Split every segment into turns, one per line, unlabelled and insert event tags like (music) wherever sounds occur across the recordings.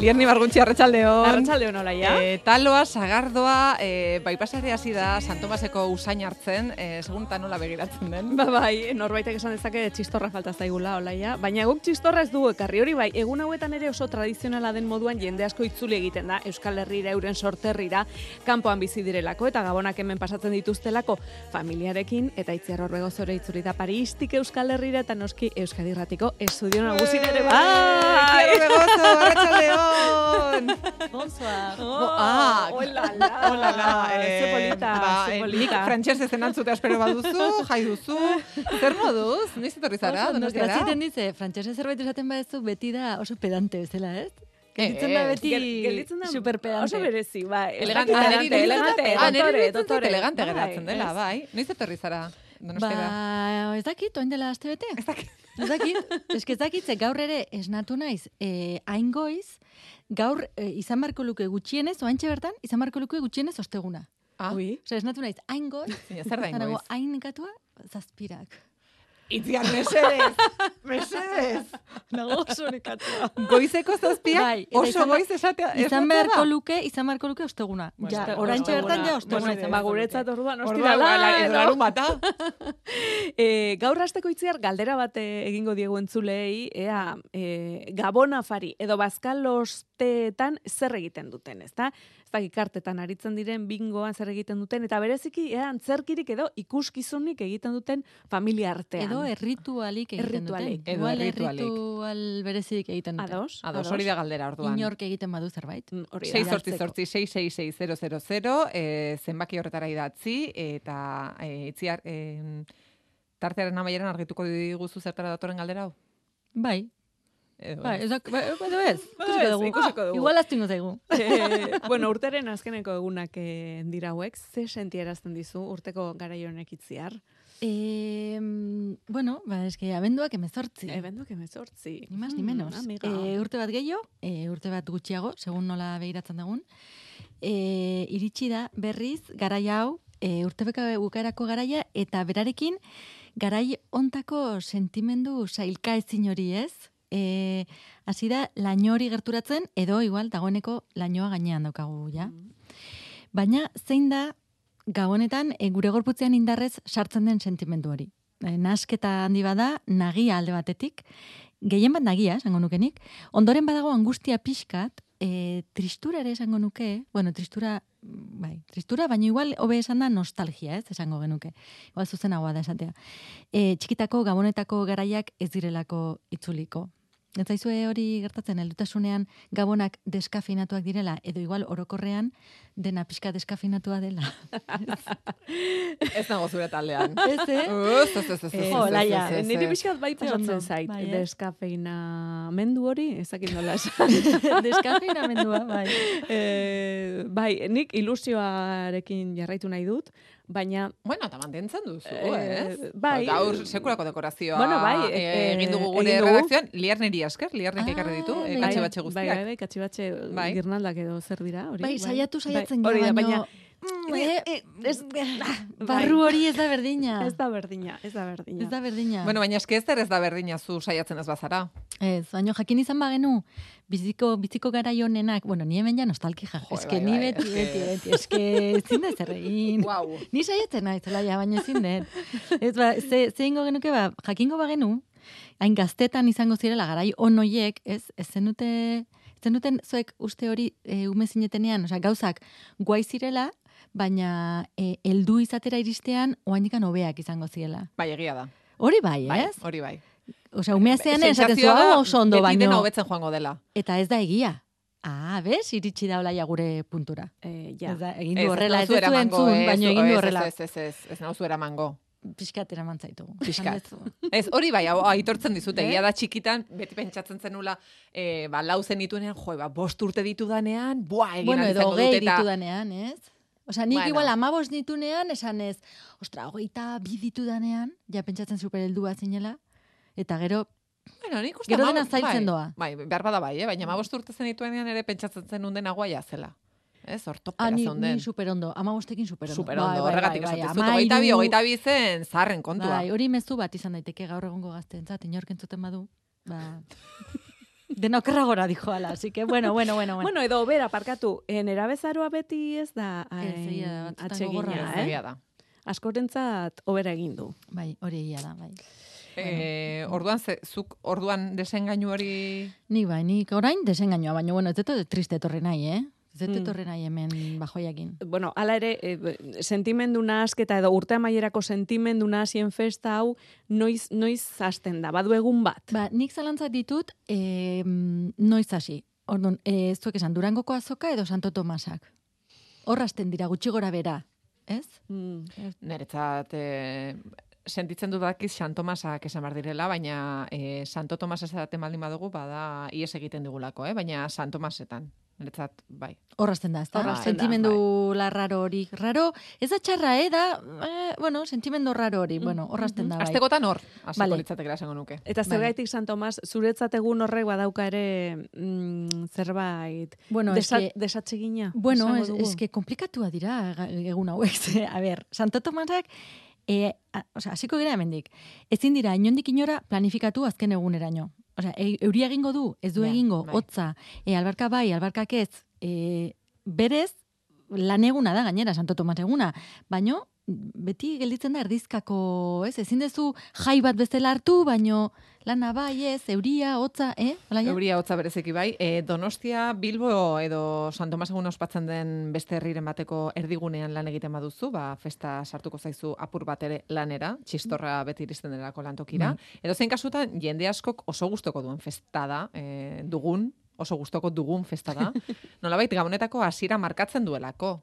Lierni Marguntzi, arratsaldeon.
Arratsaldeon olaia.
E, taloa, sagardoa, e, baipasari hasi da San Tomaseko usain hartzen, e, segun ta nola begiratzen den.
Ba bai, norbaitek esan dezake txistorra falta zaigula olaia, baina guk txistorra ez dugu ekarri hori bai, egun hauetan ere oso tradizionala den moduan jende asko itzuli egiten da Euskal Herrira, euren sorterrira, kanpoan bizi direlako eta gabonak hemen pasatzen dituztelako familiarekin eta Itziar Orbegozore itzuri da Paristik Euskal Herrira eta noski Euskadirratiko estudio nagusik ere bai.
(laughs) Orbegozo, arratsaldeon.
Bonsoir.
Oh,
ah,
hola, la,
Hola, eh, ba, la,
ze polita, ze
nik
polita.
frantxez entzutea espero baduzu, jai duzu, zer moduz, noiz etorri zara,
Oso ondo,
donostiara?
Graziten dize, frantsesen zerbait esaten badezu beti da oso pedante bezala, ez? Gelditzen
Eh,
da
eh,
beti
Gel- gelditzen da
super pedante.
Oso berezi, bai.
Elegante,
Ez dakit,
niri iruditzen
elegante,
zait- ah, niri
dotore,
iruditzen zait
dotore.
elegante
Bai,
geratzen dela,
ez.
bai. Noiz etorri zara, donostiara?
Ba, ez dakit, oin dela aste bete? Ez dakit. Ez dakit, eske ez dakit, ze gaur ere esnatu naiz, eh, hain goiz, gaur eh, izan barko luke gutxienez, oantxe bertan, izan barko luke gutxienez osteguna.
Ah,
Ui. (laughs)
Osea, esnatu naiz, hain goiz,
Baina zer da hain
eta nago,
goiz?
hain nekatua, zazpirak.
Itziar, mesedez, mesedez.
Nago oso nekatua.
Goizeko zazpiak
Bai, eta
oso
izan behar-
goiz esatea.
Izan
esatea
beharko
Ah, da.
luke, izan beharko luke osteguna.
Bueno,
Ja,
oste-
oraintxe
osteguna.
bertan ja osteguna
Bueno,
izan
Ba,
beharko
guretzat
luke.
orduan ba,
Ordua,
ostirala
edo larun ah? bata.
E, gaur hasteko itziar galdera bat eh, egingo diegu entzulei, ea e, gabonafari edo bazkalosteetan zer egiten duten, ezta? Ez dakik kartetan aritzen diren bingoan zer egiten duten, eta bereziki ea antzerkirik edo ikuskizunik egiten duten familia artean.
Edo erritualik egiten
Erritualik.
duten.
Edo
Igual
erritualik.
erritual berezirik egiten duten.
Ados?
Ados, hori da galdera orduan.
Inork egiten badu zerbait.
Mm, hori da.
6 sortzi
Adartzeko.
sortzi 666-000, eh, zenbaki horretara idatzi, eta eh, itziar, eh, tartearen amaieran argituko diguzu zertara datoren galdera hau? Eh,
Bai,
Edo
bai,
ez?
ez, dak- ba- edo ez,
Ba, ez,
ikusiko dugu.
ikusiko dugu.
Igual aztingo zaigu.
Eh, bueno, urteren azkeneko egunak eh, dira hauek, ze sentierazten dizu urteko garai honek itziar?
Eh, bueno, ba, eske abenduak emezortzi.
Ebenduk emezortzi.
Ni más ni menos.
Eh, Mm, amiga.
Eh, urte bat gehiago, eh, urte bat gutxiago, segun nola begiratzen dagun. Eh, iritsi da berriz garai hau, eh, urtebeka bukaerako garaia eta berarekin garai ontako sentimendu sailka ezin hori, ez? Eh, hasi da laino hori gerturatzen edo igual dagoeneko lainoa gainean daukagu ja. Baina zein da gabonetan e, gure gorputzean indarrez sartzen den sentimendu hori. E, nasketa handi bada, nagia alde batetik, gehien bat nagia, esango nukenik, ondoren badago angustia pixkat, e, tristura ere esango nuke, bueno, tristura, mm, bai, tristura, baina igual hobe esan da nostalgia, ez, esango genuke. Igual zuzenagoa da esatea. E, txikitako gabonetako garaiak ez direlako itzuliko. Ez zaizue hori gertatzen, heldutasunean gabonak deskafinatuak direla, edo igual orokorrean dena pixka deskafinatua dela.
Ez nago zure taldean.
(laughs) Ez, eh? (laughs)
Ez, ez, ez, ez, ez,
Jo,
ez,
laia,
ez, ez,
niri
ez.
pixkat bai pasatzen
Ondo,
zait.
bai, eh?
Deskafeina mendu hori, ezakit nola esan. (laughs)
Deskafeinamendua, bai.
Eh, bai, nik ilusioarekin jarraitu nahi dut, baina
Bueno, eta mantentzen duzu,
Eh,
ez?
bai.
Gaur sekurako dekorazioa
Bueno, bai,
eh,
eh,
egin dugu gure
egin dugu.
redakzioan, lierneri asker, liernek
Ah,
ekarri ditu, eh,
bai.
katxe
bai,
batxe
Bai,
guztiak.
bai, bai, katxibatxe
Bai.
girnaldak edo zer dira, hori?
Bai, saiatu saiatzen
Bai,
gara,
hori da,
baina...
baina-
mm, eh,
Eh, ez- bai.
barru hori ez da berdina.
Ez da berdina, ez da berdina.
Ez da berdina.
Bueno, bai. baina eske ez da ez da berdina zu saiatzen ez bazara.
Ez, baino jakin izan bagenu, biziko, biziko garai honenak, bueno, ni hemen ja nostalgia.
Jo,
eske
bai,
ni
bai,
beti,
eske-
beti, beti, eske ezin da zer egin.
Guau.
Ni saiatzen naiz, laia, baina ezin den. Ez ba, ze, ze ingo genuke ba, jakingo bagenu, hain gaztetan izango zirela garai on hoiek, ez, ez zenute, ez zenuten zuek uste hori e, ume zinetenean, osea, gauzak guai zirela, baina e, eldu izatera iristean oainikan hobeak izango zirela.
(laughs) Bai, egia da.
Hori bai,
Bai,
ez?
hori bai.
Osea, umea zean esaten
Sentsazioa
zua
da,
"Hau oso ondo
beti
baino.
dena hobetzen joango dela.
Eta ez da egia. Ah, bez, iritsi da olaia gure puntura.
Eh, ja.
Ez da, egin
Ez,
du horrela, ez
nauzu
dut
eramango,
entzun,
eh,
baina
zu-
egin
ez,
du horrela.
Ez, ez, ez, ez, ez nauzu eramango.
Piskat eraman zaitugu.
Pixkat.
Esan duzu.
Ez, hori bai, hau aitortzen dizut,
Eh?
egia da txikitan, beti pentsatzen zenula, eh, ba, lau zenituenean, jo, ba, bost urte ditudanean, buah, egin
Bueno,
ahal
edo
izango
hogei
dut, eta-
ditudanean, ez? Osa, nik
Bueno.
igual amabos ditunean, esan ez, ostra, hogeita bi ditudanean, ja pentsatzen superheldu bat zinela, eta gero,
Bueno, nik uste
Gero
hamabost-
dena
bai,
zailtzen doa. Mm.
Bai, behar bada bai, eh? baina mabost urte zenituenean ere pentsatzen zenun den aguaia zela. Ez,
ah,
ortopera
ni,
zeuden.
ni bai, superondo, amabostekin superondo.
Superondo, horregatik esaten zut,
amairu-
hogeita bi, hogeita bi zen zarren kontua.
Bai, hori mezu bat izan daiteke gaur egongo gazteentzat, inork entzuten badu. Ba, Denok erragora dijo ala, así que bueno, bueno, bueno, bueno.
Bueno, edo, bera, parkatu, eh, nera bezaroa beti ez da eh,
Ez, egia da,
hain
batzutan
atsegina,
gogorra
Ez,
eh?
egia da.
Askorentzat obera egin du.
Bai, hori egia da, bai.
Eh, orduan, ze, zuk orduan desengainu hori...
Ni bai, nik orain desengainoa, baina bueno, ez dut triste etorri nahi, eh? Ez dut
Mm.
etorri nahi hemen bajoiakin.
Bueno, ala ere, e, b- sentimendu nahasketa edo urte amaierako sentimendu nahasien festa hau noiz, noiz hasten da, badu egun bat.
Ba, nik zalantzak ditut, eh, noiz hasi. Orduan, eh, zuek esan, Durangoko azoka edo Santo Tomasak. Hor hasten dira gutxi gora bera, ez?
Mm.
Niretzat, eh, sentitzen dut dakiz San Tomasak esan behar direla, baina eh, Santo Tomas esaten baldin badugu, bada ies egiten digulako, eh? baina San Tomasetan. Niretzat, bai.
Hor hasten da, ezta?
Hor hasten da, bai.
Sentimendu larraro hori. Raro, ez da txarra, eh, da, eh, bueno, sentimendu raro
Mm,
hori. Bueno, hor hasten da, bai.
Astekotan hor, hasiko
Vale.
vale. litzatekela esango nuke.
Eta
Bai.
zergaitik San Tomas, zuretzat egun horrek badauka ere mm, zerbait
Bueno,
Desa,
eske-
desatxegina.
Bueno,
esango
es,
dugu.
es que komplikatua dira ga- egun hauek. ze, A ber, Santo Tomasak, e, a, osea, hasiko gira hemendik. Ezin dira, inondik inora planifikatu azken eguneraino. Osea, e, euria egingo du, ez du
Ja,
egingo,
bai.
hotza, e, albarka bai, albarkak ez, e, berez, lan eguna da gainera, Santo Tomas eguna, baino, beti gelditzen da erdizkako, ez, ezin dezu jai bat bezala hartu, baino, lana bai, ez, euria, hotza, eh? Olaia?
Euria hotza bereziki bai. E, Donostia, Bilbo edo San Tomas egun ospatzen den beste herriren bateko erdigunean lan egiten baduzu, ba, festa sartuko zaizu apur bat ere lanera, txistorra beti iristen delako lantokira. Edo zein kasutan, jende askok oso gustoko duen festa da, e, dugun, oso gustoko dugun festa da. Nolabait, gabonetako hasiera markatzen duelako.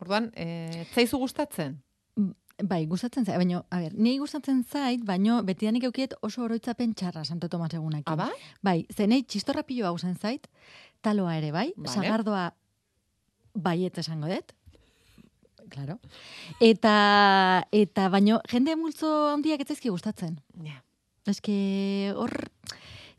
Orduan, e, ez zaizu gustatzen?
Bai, gustatzen zait, baino, a ber, nei gustatzen zait, baino betidanik eukiet oso oroitzapen txarra Santo Tomas egunekin.
Aba?
Bai, zenei txistorra piloa usen zait, taloa ere bai,
Vale.
sagardoa baiet esango dut. Claro. Eta, eta baino, jende multzo handiak ez zaizki gustatzen.
Ja.
Eske hor,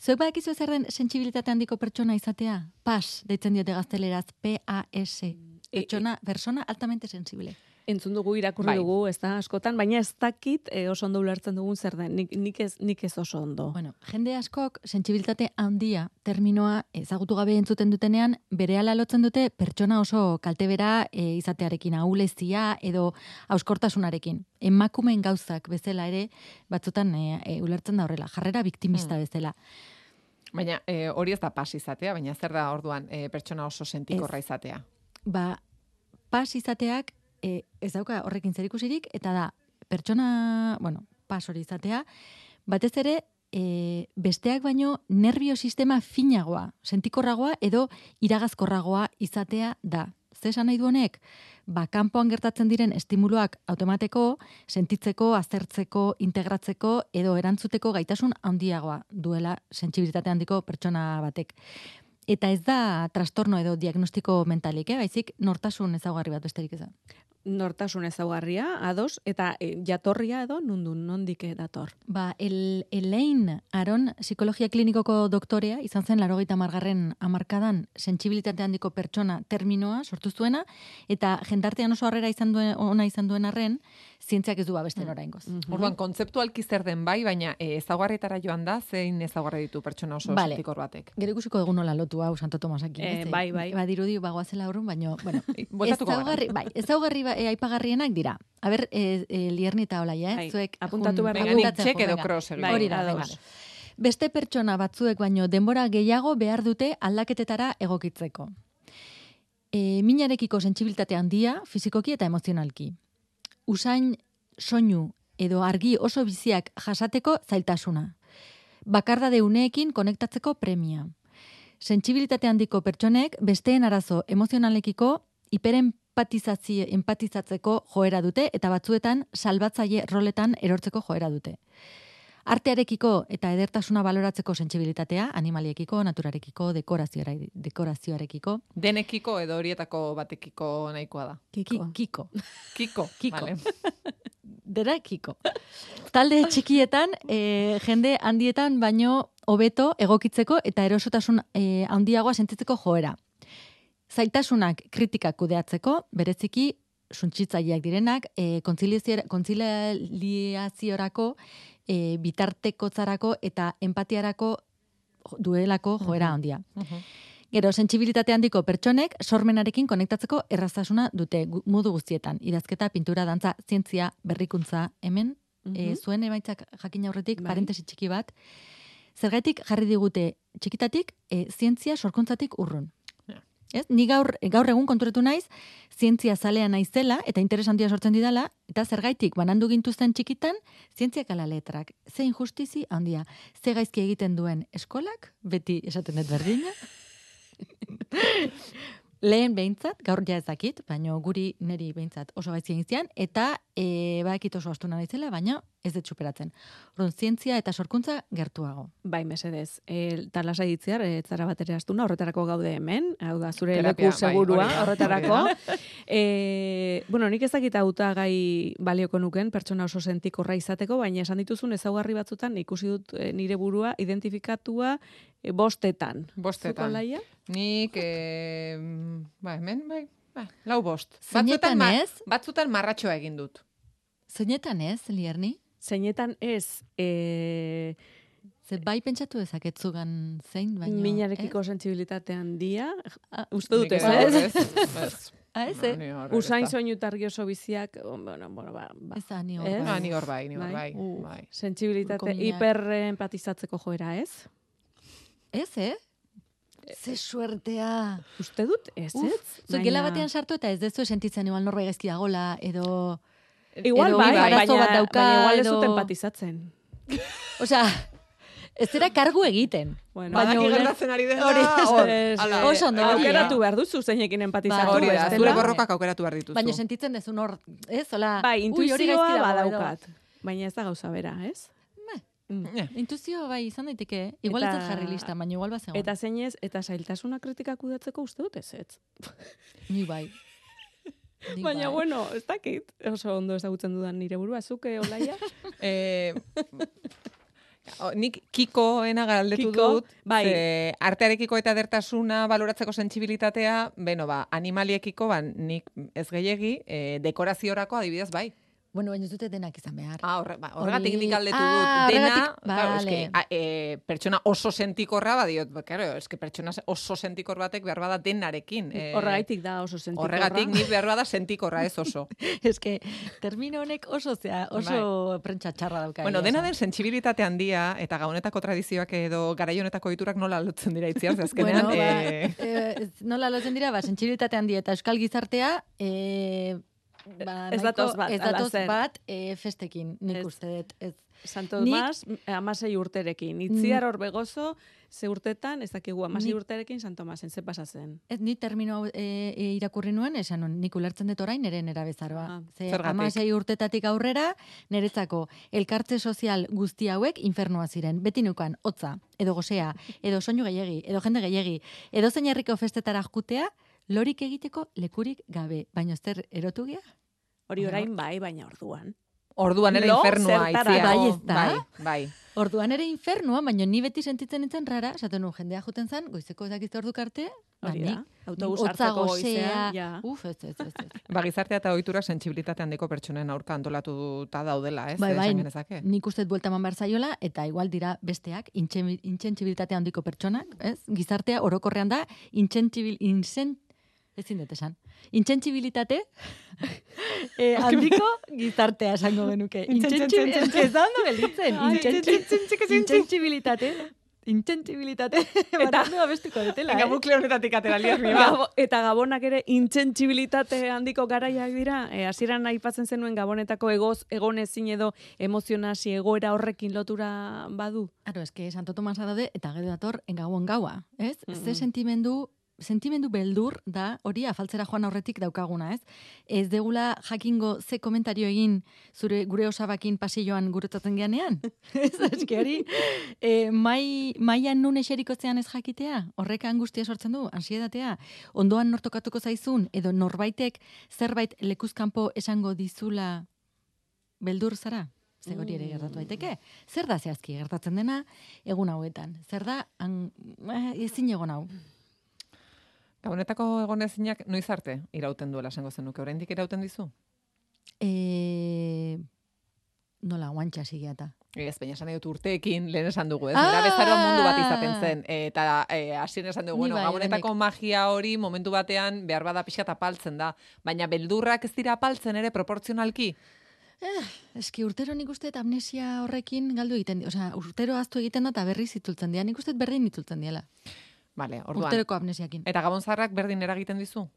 zuek badakizu zer den sentsibilitate handiko pertsona izatea? PAS, deitzen diote gazteleraz, P-A-S.
E-
Pertsona, persona altamente sensible.
Entzun dugu irakurri
Bai.
dugu, ez da askotan, baina ez dakit eh, oso ondo ulertzen dugun zer den. Nik, nik, ez, nik ez oso ondo.
Bueno, jende askok sentsibilitate handia terminoa ezagutu gabe entzuten dutenean berehala lotzen dute pertsona oso kaltebera e, izatearekin, ahulezia edo auskortasunarekin. Emakumeen gauzak bezala ere batzutan e, e, ulertzen da horrela, jarrera biktimista bezala.
Baina e, hori ez da pas izatea, baina zer da orduan e, pertsona oso sentikorra izatea?
Ba, pas izateak e, ez dauka horrekin zerikusirik eta da pertsona, bueno, pas hori izatea, batez ere e, besteak baino nervio sistema finagoa, sentikorragoa edo iragazkorragoa izatea da. Ze esan nahi du honek? Ba, kanpoan gertatzen diren estimuluak automateko, sentitzeko, aztertzeko, integratzeko edo erantzuteko gaitasun handiagoa duela sentsibilitate handiko pertsona batek. Eta ez da trastorno edo diagnostiko mentalik, eh? baizik nortasun ezaugarri bat besterik ez da.
Nortasun ezaugarria, ados, eta eh, jatorria edo nundun, nondik eh, dator.
Ba, el, Elaine Aron, psikologia klinikoko doktorea, izan zen larogeita margarren amarkadan sentsibilitate handiko pertsona terminoa sortu zuena, eta jendartean oso harrera izan duen, ona izan duen arren, zientziak ez du babesten oraingoz.
Orduan, kontzeptualki zer den bai, baina e, ezaugarrietara joan da, zein ezaugarri ditu pertsona oso
Vale.
sentikor batek.
Gero ikusiko egun nola lotu hau Santo Tomasekin.
Eh,
ez?
bai, bai.
Badirudi bagoazela horrun, baino, bueno,
(laughs) Bueltatuko gara.
ezaugarri, bai, ezaugarri ba, eh, aipagarrienak dira. A ber, eh, eh, lierni eta olaia, eh?
Bai,
Zuek
apuntatu
jun-
behar dugu.
Venga, nik
apuntatzen
txek
jo,
edo
venga.
cross egin.
Bai,
Hori da,
ados.
venga. Beste pertsona batzuek baino denbora gehiago behar dute aldaketetara egokitzeko. E, minarekiko sentsibilitate handia, fizikoki eta emozionalki. Usain soinu edo argi oso biziak jasateko zailtasuna. Bakardade uneekin konektatzeko premia. Sentsibilitate handiko pertsonek besteen arazo emozionalekiko hiperempatizazio empatizatzeko joera dute eta batzuetan salbatzaile roletan erortzeko joera dute. Artearekiko eta edertasuna baloratzeko sentsibilitatea, animaliekiko, naturarekiko, dekorazioare- dekorazioarekiko.
Denekiko edo horietako batekiko nahikoa da.
Ki-
Kiko.
Kiko.
Kiko.
Kiko.
Vale.
Dera kiko. Talde txikietan, e, jende handietan baino hobeto egokitzeko eta erosotasun e, handiagoa sentitzeko joera. Zaitasunak kritikak kudeatzeko, bereziki suntsitzaileak direnak, e, kontziliazio- eh, kontziliaziorako, e, bitartekotzarako eta empatiarako duelako joera handia. Gero, sentsibilitate handiko pertsonek sormenarekin konektatzeko erraztasuna dute gu- modu guztietan. Idazketa, pintura, dantza, zientzia, berrikuntza, hemen, e,
Mhm.
zuen emaitzak jakin aurretik,
Bai.
parentesi txiki bat, zergaitik jarri digute txikitatik, e, zientzia sorkuntzatik urrun.
Ja.
Ez? Ni gaur, gaur egun konturatu naiz, zientzia zalea naizela eta interesantia sortzen didala, eta zergaitik banandu gintuzten txikitan, zientziak ala letrak. Ze injustizi handia. Ze gaizki egiten duen eskolak, beti esaten dut berdina. Lehen behintzat, gaur ja ezakit, baino guri neri behintzat oso gaizki egin zian, eta e, badakit oso astuna naizela, baina ez dut superatzen. Orduan, zientzia eta sorkuntza gertuago.
Bai, mesedez. E, ta lasai ditziar, e, zara batera astuna, horretarako gaude hemen, hau da, zure
Terapia,
leku
bai,
segurua,
hori da,
horretarako.
hori
(laughs) e, bueno, nik ezakita hauta gai balioko nuken, pertsona oso sentikorra izateko, baina esan dituzun ezaugarri batzutan ikusi dut e, nire burua identifikatua e, bostetan. Zuko,
Bostetan.
Laia?
Nik, eh, ba, hemen, bai, ba, lau bost.
Zeinetan
ma-
ez?
batzutan marratxoa egin dut.
Zeinetan ez, Lierni?
Zeinetan ez, e,
Ze bai pentsatu dezakezugan zein, baino...
minarekiko sentsibilitate handia, uste
Ah, Nik
dut ez,
ere
ez?
ez, ez.
Ah, ez, eh?
Ni hor, ez
Usain
da.
soinutargi oso biziak, bueno, bueno, ba, ba,
Ez da, ni hor.
Ez?
bai.
Ah, ni hor bai, ni hor
Bai.
bai.
Uh.
bai.
Sentsibilitate
Urkominak.
hiperempatizatzeko joera, ez? bai.
Ez, eh? Ze suertea.
Uste dut, ez,
Uf,
ez?
Zu gela batean sartu eta ez dezu sentitzen igual norbait gaizki dagola edo,
igual
edo
bai,
igual
baina,
arazo bat dauka,
baina igual ez
edo-
dut empatizatzen.
osea, ez zera kargu egiten.
Bueno, Ah,
Baina
Badaki
uler-
gertatzen ari dela,
hori ez,
hor,
ez,
ala,
oso ondo,
ala,
Aukeratu behar duzu zeinekin empatizatu.
Ba,
Hori da,
bestela.
zure borrokak aukeratu behar dituzu.
Baina sentitzen dezun hor, ez? Ola,
Bai,
ui, hori
intuizioa
gaizki dago,
badaukat. Baina ez da gauza bera, ez?
Ja.
edo. Intuizio bai izan daiteke, eh? igual
Eta-
ez dut jarri lista, baina igual bazegon.
Eta zeinez, eta zailtasuna kritikak udatzeko uste dut ez ez.
Ni bai. Ni
Baina,
bai.
bueno, ez dakit. Oso ondo ezagutzen dudan nire burua, zuke, olaia.
Eh, o, nik kikoena galdetu
Kiko,
dut,
bai.
ze artearekiko eta dertasuna baloratzeko sentsibilitatea, beno ba, animaliekiko, ba, nik ez gehiegi, eh, dekoraziorako adibidez, bai.
Bueno, baina ez dute denak izan behar.
Ah, horre, ba, horregatik
Hori-
nik galdetu
Ah,
dut. Dena,
horregatik,
claro, eske,
vale.
a, e, pertsona oso sentikorra badiot, ba, claro, eske pertsona oso sentikor batek behar bada denarekin. (laughs) eh,
Horregatik da oso sentikorra.
Horregatik nik behar bada sentikorra ez oso.
Ez que, termino honek oso zea, oso prentsa txarra dauka.
Bueno,
egia
dena
esan.
den sentsibilitate handia eta gaunetako tradizioak edo garaionetako ohiturak nola lotzen dira itziar ze azkenean.
Bueno, ba,
eh,
eh, ez- nola lotzen dira, ba, sentsibilitate handi eta euskal gizartea, eh, ba,
Ez
nahiko-
datoz bat,
ez
ala
datoz
zen.
bat eh, festekin, nik
Ez.
uste dut. Ez.
Santo
Nik- Mm.
Tomas, amasei urterekin. Itziar hor begozo, ze urtetan, ez dakigu amasei
Nik-
urterekin Santo Tomasen, ze pasatzen.
Ez ni termino hau eh, eh, irakurri nuen, esan nun, nik ulertzen dut orain nere nera bezaroa.
Ah,
Ze
zergatik?
amasei urtetatik aurrera, nerezako, elkartze sozial guzti hauek infernoa ziren. Beti nukan, hotza, edo gozea, edo soinu gehiegi, edo jende gehiegi, edo zein herriko festetara jutea, lorik egiteko lekurik gabe. Baina zer erotu gea?
Hori
Baina
orain bai, baina orduan.
Orduan ere
Lo,
infernua
zertara.
itziar.
Bai, ez da?
Bai, bai.
Orduan ere infernua, baina ni beti sentitzen nintzen rara, esaten nuen jendea joten zen, goizeko ezakizte orduk arte, ba,
Hori da.
nik,
Autobus
hotza
hartzeko
gozea,
goizean. Ja.
uf, ez, ez, ez, ez.
Ba, gizartea eta ohitura sentsibilitate handiko pertsonen aurka antolatuta daudela, ez?
Bai,
Eh,
bai.
esan genezake.
Nik uste dut buelta eman behar zaiola, eta igual dira besteak, intxemi- intsentsibilitate handiko pertsonak, ez? Gizartea orokorrean da, intsentsibil, insen, ezin dut esan, intsentsibilitate (laughs) eh, handiko gizartea esango genuke. Intsentsibilitate, ez da ondo gelditzen,
Ai,
Intsentsi- intsentsibilitate, intsentsibilitate, eta abestuko dutela,
Venga,
eh?
bukle honetatik (laughs) atera liar mi ba.
(laughs) Gabo- eta gabonak ere intsentsibilitate handiko garaiak dira. E, hasieran aipatzen zenuen gabonetako egoz, egonezin edo emozionasi egoera horrekin lotura badu.
Aro, eske Santo Tomasa daude eta gero dator gauan gaua, ez?
Mhm.
Ze sentimendu sentimendu beldur da hori afaltzera joan aurretik daukaguna, ez? Ez degula jakingo ze komentario egin zure gure osabakin pasilloan gurutatzen geanean? (laughs) ez, eske hori e, mai, maian nun eseriko zean ez jakitea, horrek angustia sortzen du, ansietatea, ondoan nortokatuko zaizun, edo norbaitek zerbait lekuzkanpo esango dizula beldur zara? Ze hori ere gertatu daiteke. Zer da zehazki gertatzen dena egun hauetan? Zer da han, eh, ezin egon hau?
Gabonetako egonezinak noiz arte irauten duela esango zenuke. Oraindik irauten dizu?
Eh, E, nola guantxa sigea eta.
Ez, baina esan dut urteekin lehen esan dugu, ez?
Ah!
Nera bezaroan mundu bat izaten zen. Eta e, hasien esan dugu,
Ni
bueno,
bai,
gabonetako magia hori momentu batean behar bada pixka eta apaltzen da. Baina beldurrak ez dira apaltzen ere proportzionalki.
Eski urtero nik uste dut amnesia horrekin galdu egiten, di- osea, urtero aztu egiten da eta berriz itzultzen dira. Nik uste dut berdin itzultzen diela.
Vale, orduan.
Urteroko amnesiakin.
Eta gabonzarrak berdin eragiten dizu?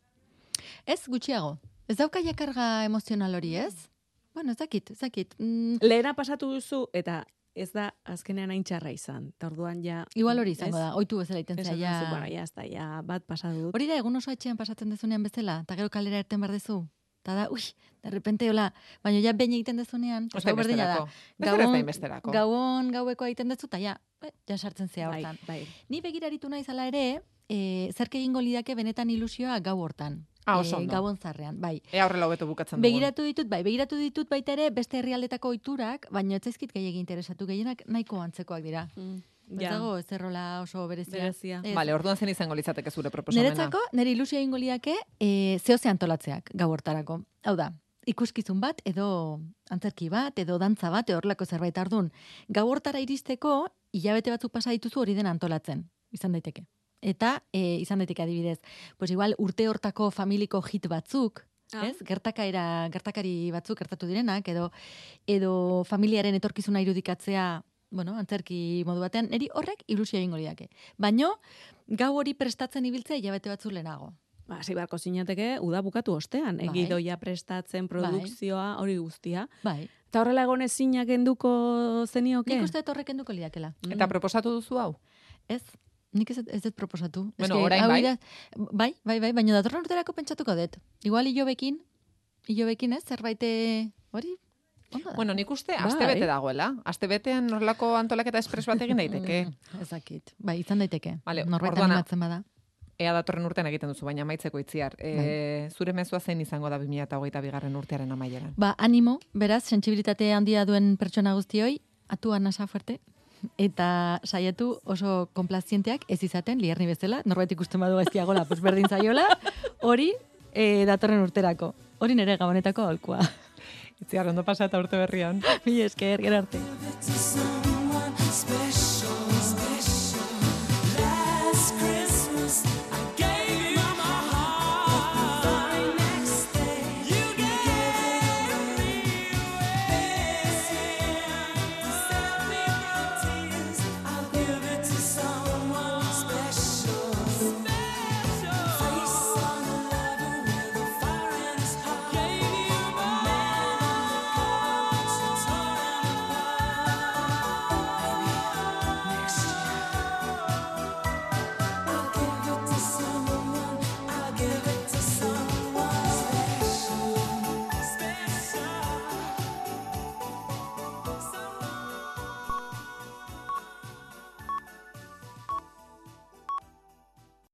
Ez gutxiago. Ez dauka jakarga emozional hori, ez? Bueno, ez dakit, ez dakit. Mm,
Lehena pasatu duzu eta ez da azkenean hain txarra izan. Ta orduan ja...
igual hori izango
ez?
da, oitu bezala egiten
Esaten
zaia.
duzu, bueno, ja, ez bai. da, ja, bat pasatu dut.
Hori da, egun oso etxean pasatzen dezunean bezala, eta gero kalera erten behar dezu. Eta da, ui, de repente, hola, baina ja behin egiten dezunean,
Ez da
gau berdina da.
inbesterako. Bezala ez da inbesterako.
gauon gaueko egiten dezu, eta ja, eh, ja sartzen zea
bai,
hortan.
bai.
Ni begiraritu naiz ala ere, e, zerk egingo lidake benetan ilusioa gau hortan.
Ah, oso ondo.
gabon zarrean, bai.
Ea horrela E, hobeto bukatzen dugun.
Begiratu ditut, bai, begiratu ditut baita ere beste herrialdetako ohiturak, baina ez zaizkit gehiegi interesatu gehienak nahiko antzekoak dira. Mm. Ez
Mm, Ja.
dago ez errola oso berezia.
Berezia.
Ez.
Vale, orduan zen izango litzateke zure proposamena.
Niretzako, nire ilusioa ingo liake, e, zehoze antolatzeak gau hortarako. Hau da, ikuskizun bat, edo antzerki bat, edo dantza bat, edo horrelako zerbait ardun. Gau hortara iristeko, hilabete batzuk pasa dituzu hori den antolatzen, izan daiteke. Eta, e, izan daiteke adibidez, pues igual urte hortako familiko hit batzuk,
Ah.
ez? Gertakaera, gertakari batzuk gertatu direnak, edo edo familiaren etorkizuna irudikatzea, bueno, antzerki modu batean, niri horrek ilusio egingo liake. Baino, gau hori prestatzen ibiltzea hilabete batzu lehenago.
Ba, hasi beharko zinateke, uda bukatu ostean.
Bai.
Egidoia prestatzen, produkzioa, hori guztia.
Bai.
Eta horrela egon ezinak enduko zenioke?
Nik uste dut horrek enduko liakela.
Eta proposatu duzu hau?
Ez, nik ez, dut- ez dut proposatu.
Bueno,
Eske,
orain
hau
bai.
ida- bai, bai, bai, baina datorren urterako pentsatuko dut. Igual ilobekin, ilobekin ez, zerbait eh, hori, ondo da.
Bueno, nik uste,
Bai.
aste bete dagoela. Aste betean horrelako antolaketa espres bat egin daiteke.
(laughs) Mm, ezakit. Bai, izan daiteke.
Vale,
Norbait
orduana-
animatzen bada.
Ea datorren urtean egiten duzu, baina amaitzeko itziar. E, zure mezua zein izango da 2008 bigarren urtearen amaieran?
Ba, animo, beraz, sentsibilitate handia duen pertsona guztioi, atuan nasa fuerte, eta saiatu oso konplazienteak ez izaten, lierni bezala, norbait ikusten badu gaizkiagola, pues berdin zaiola, hori eh, datorren urterako. Hori nere gabonetako aholkua. (laughs)
Itziar, ondo pasa eta urte berrian.
Mi esker, gerarte.
Give it to someone special.